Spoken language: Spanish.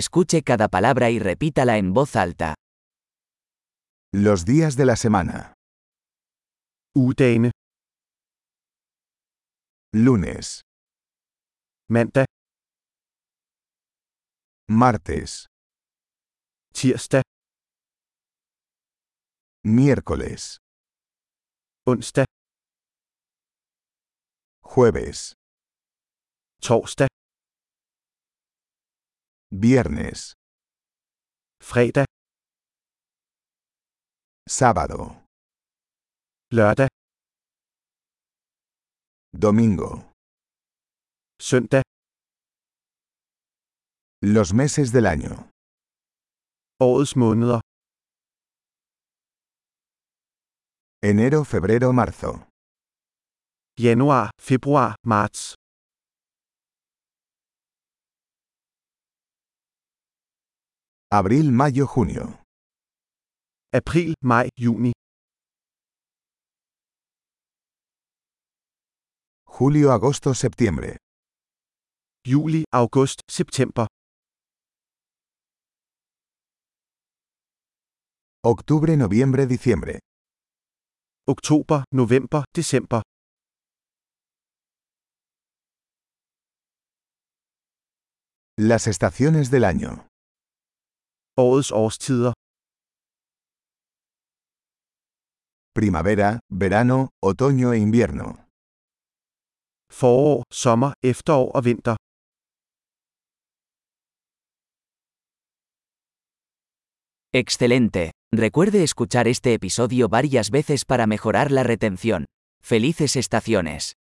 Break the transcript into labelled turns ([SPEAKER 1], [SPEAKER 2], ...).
[SPEAKER 1] Escuche cada palabra y repítala en voz alta.
[SPEAKER 2] Los días de la semana.
[SPEAKER 3] Ugedagene,
[SPEAKER 2] Lunes,
[SPEAKER 3] mandag,
[SPEAKER 2] martes,
[SPEAKER 3] tirsdag,
[SPEAKER 2] miércoles,
[SPEAKER 3] onsdag,
[SPEAKER 2] jueves,
[SPEAKER 3] torsdag,
[SPEAKER 2] viernes,
[SPEAKER 3] fredag,
[SPEAKER 2] sábado,
[SPEAKER 3] lørdag,
[SPEAKER 2] domingo.
[SPEAKER 3] søndag,
[SPEAKER 2] Los meses del año.
[SPEAKER 3] årets måneder.
[SPEAKER 2] Enero, febrero, marzo.
[SPEAKER 3] Januar, februar, marts.
[SPEAKER 2] Abril, mayo, junio.
[SPEAKER 3] April, maj, juni,
[SPEAKER 2] Julio, agosto, septiembre.
[SPEAKER 3] juli, august, september,
[SPEAKER 2] Octubre, noviembre, diciembre.
[SPEAKER 3] oktober, november, december,
[SPEAKER 2] Las estaciones del año.
[SPEAKER 3] årets årstider,
[SPEAKER 2] Primavera, verano, otoño e invierno.
[SPEAKER 3] forår, sommer, efterår og vinter,
[SPEAKER 1] Excelente. Recuerde escuchar este episodio varias veces para mejorar la retención. Felices estaciones.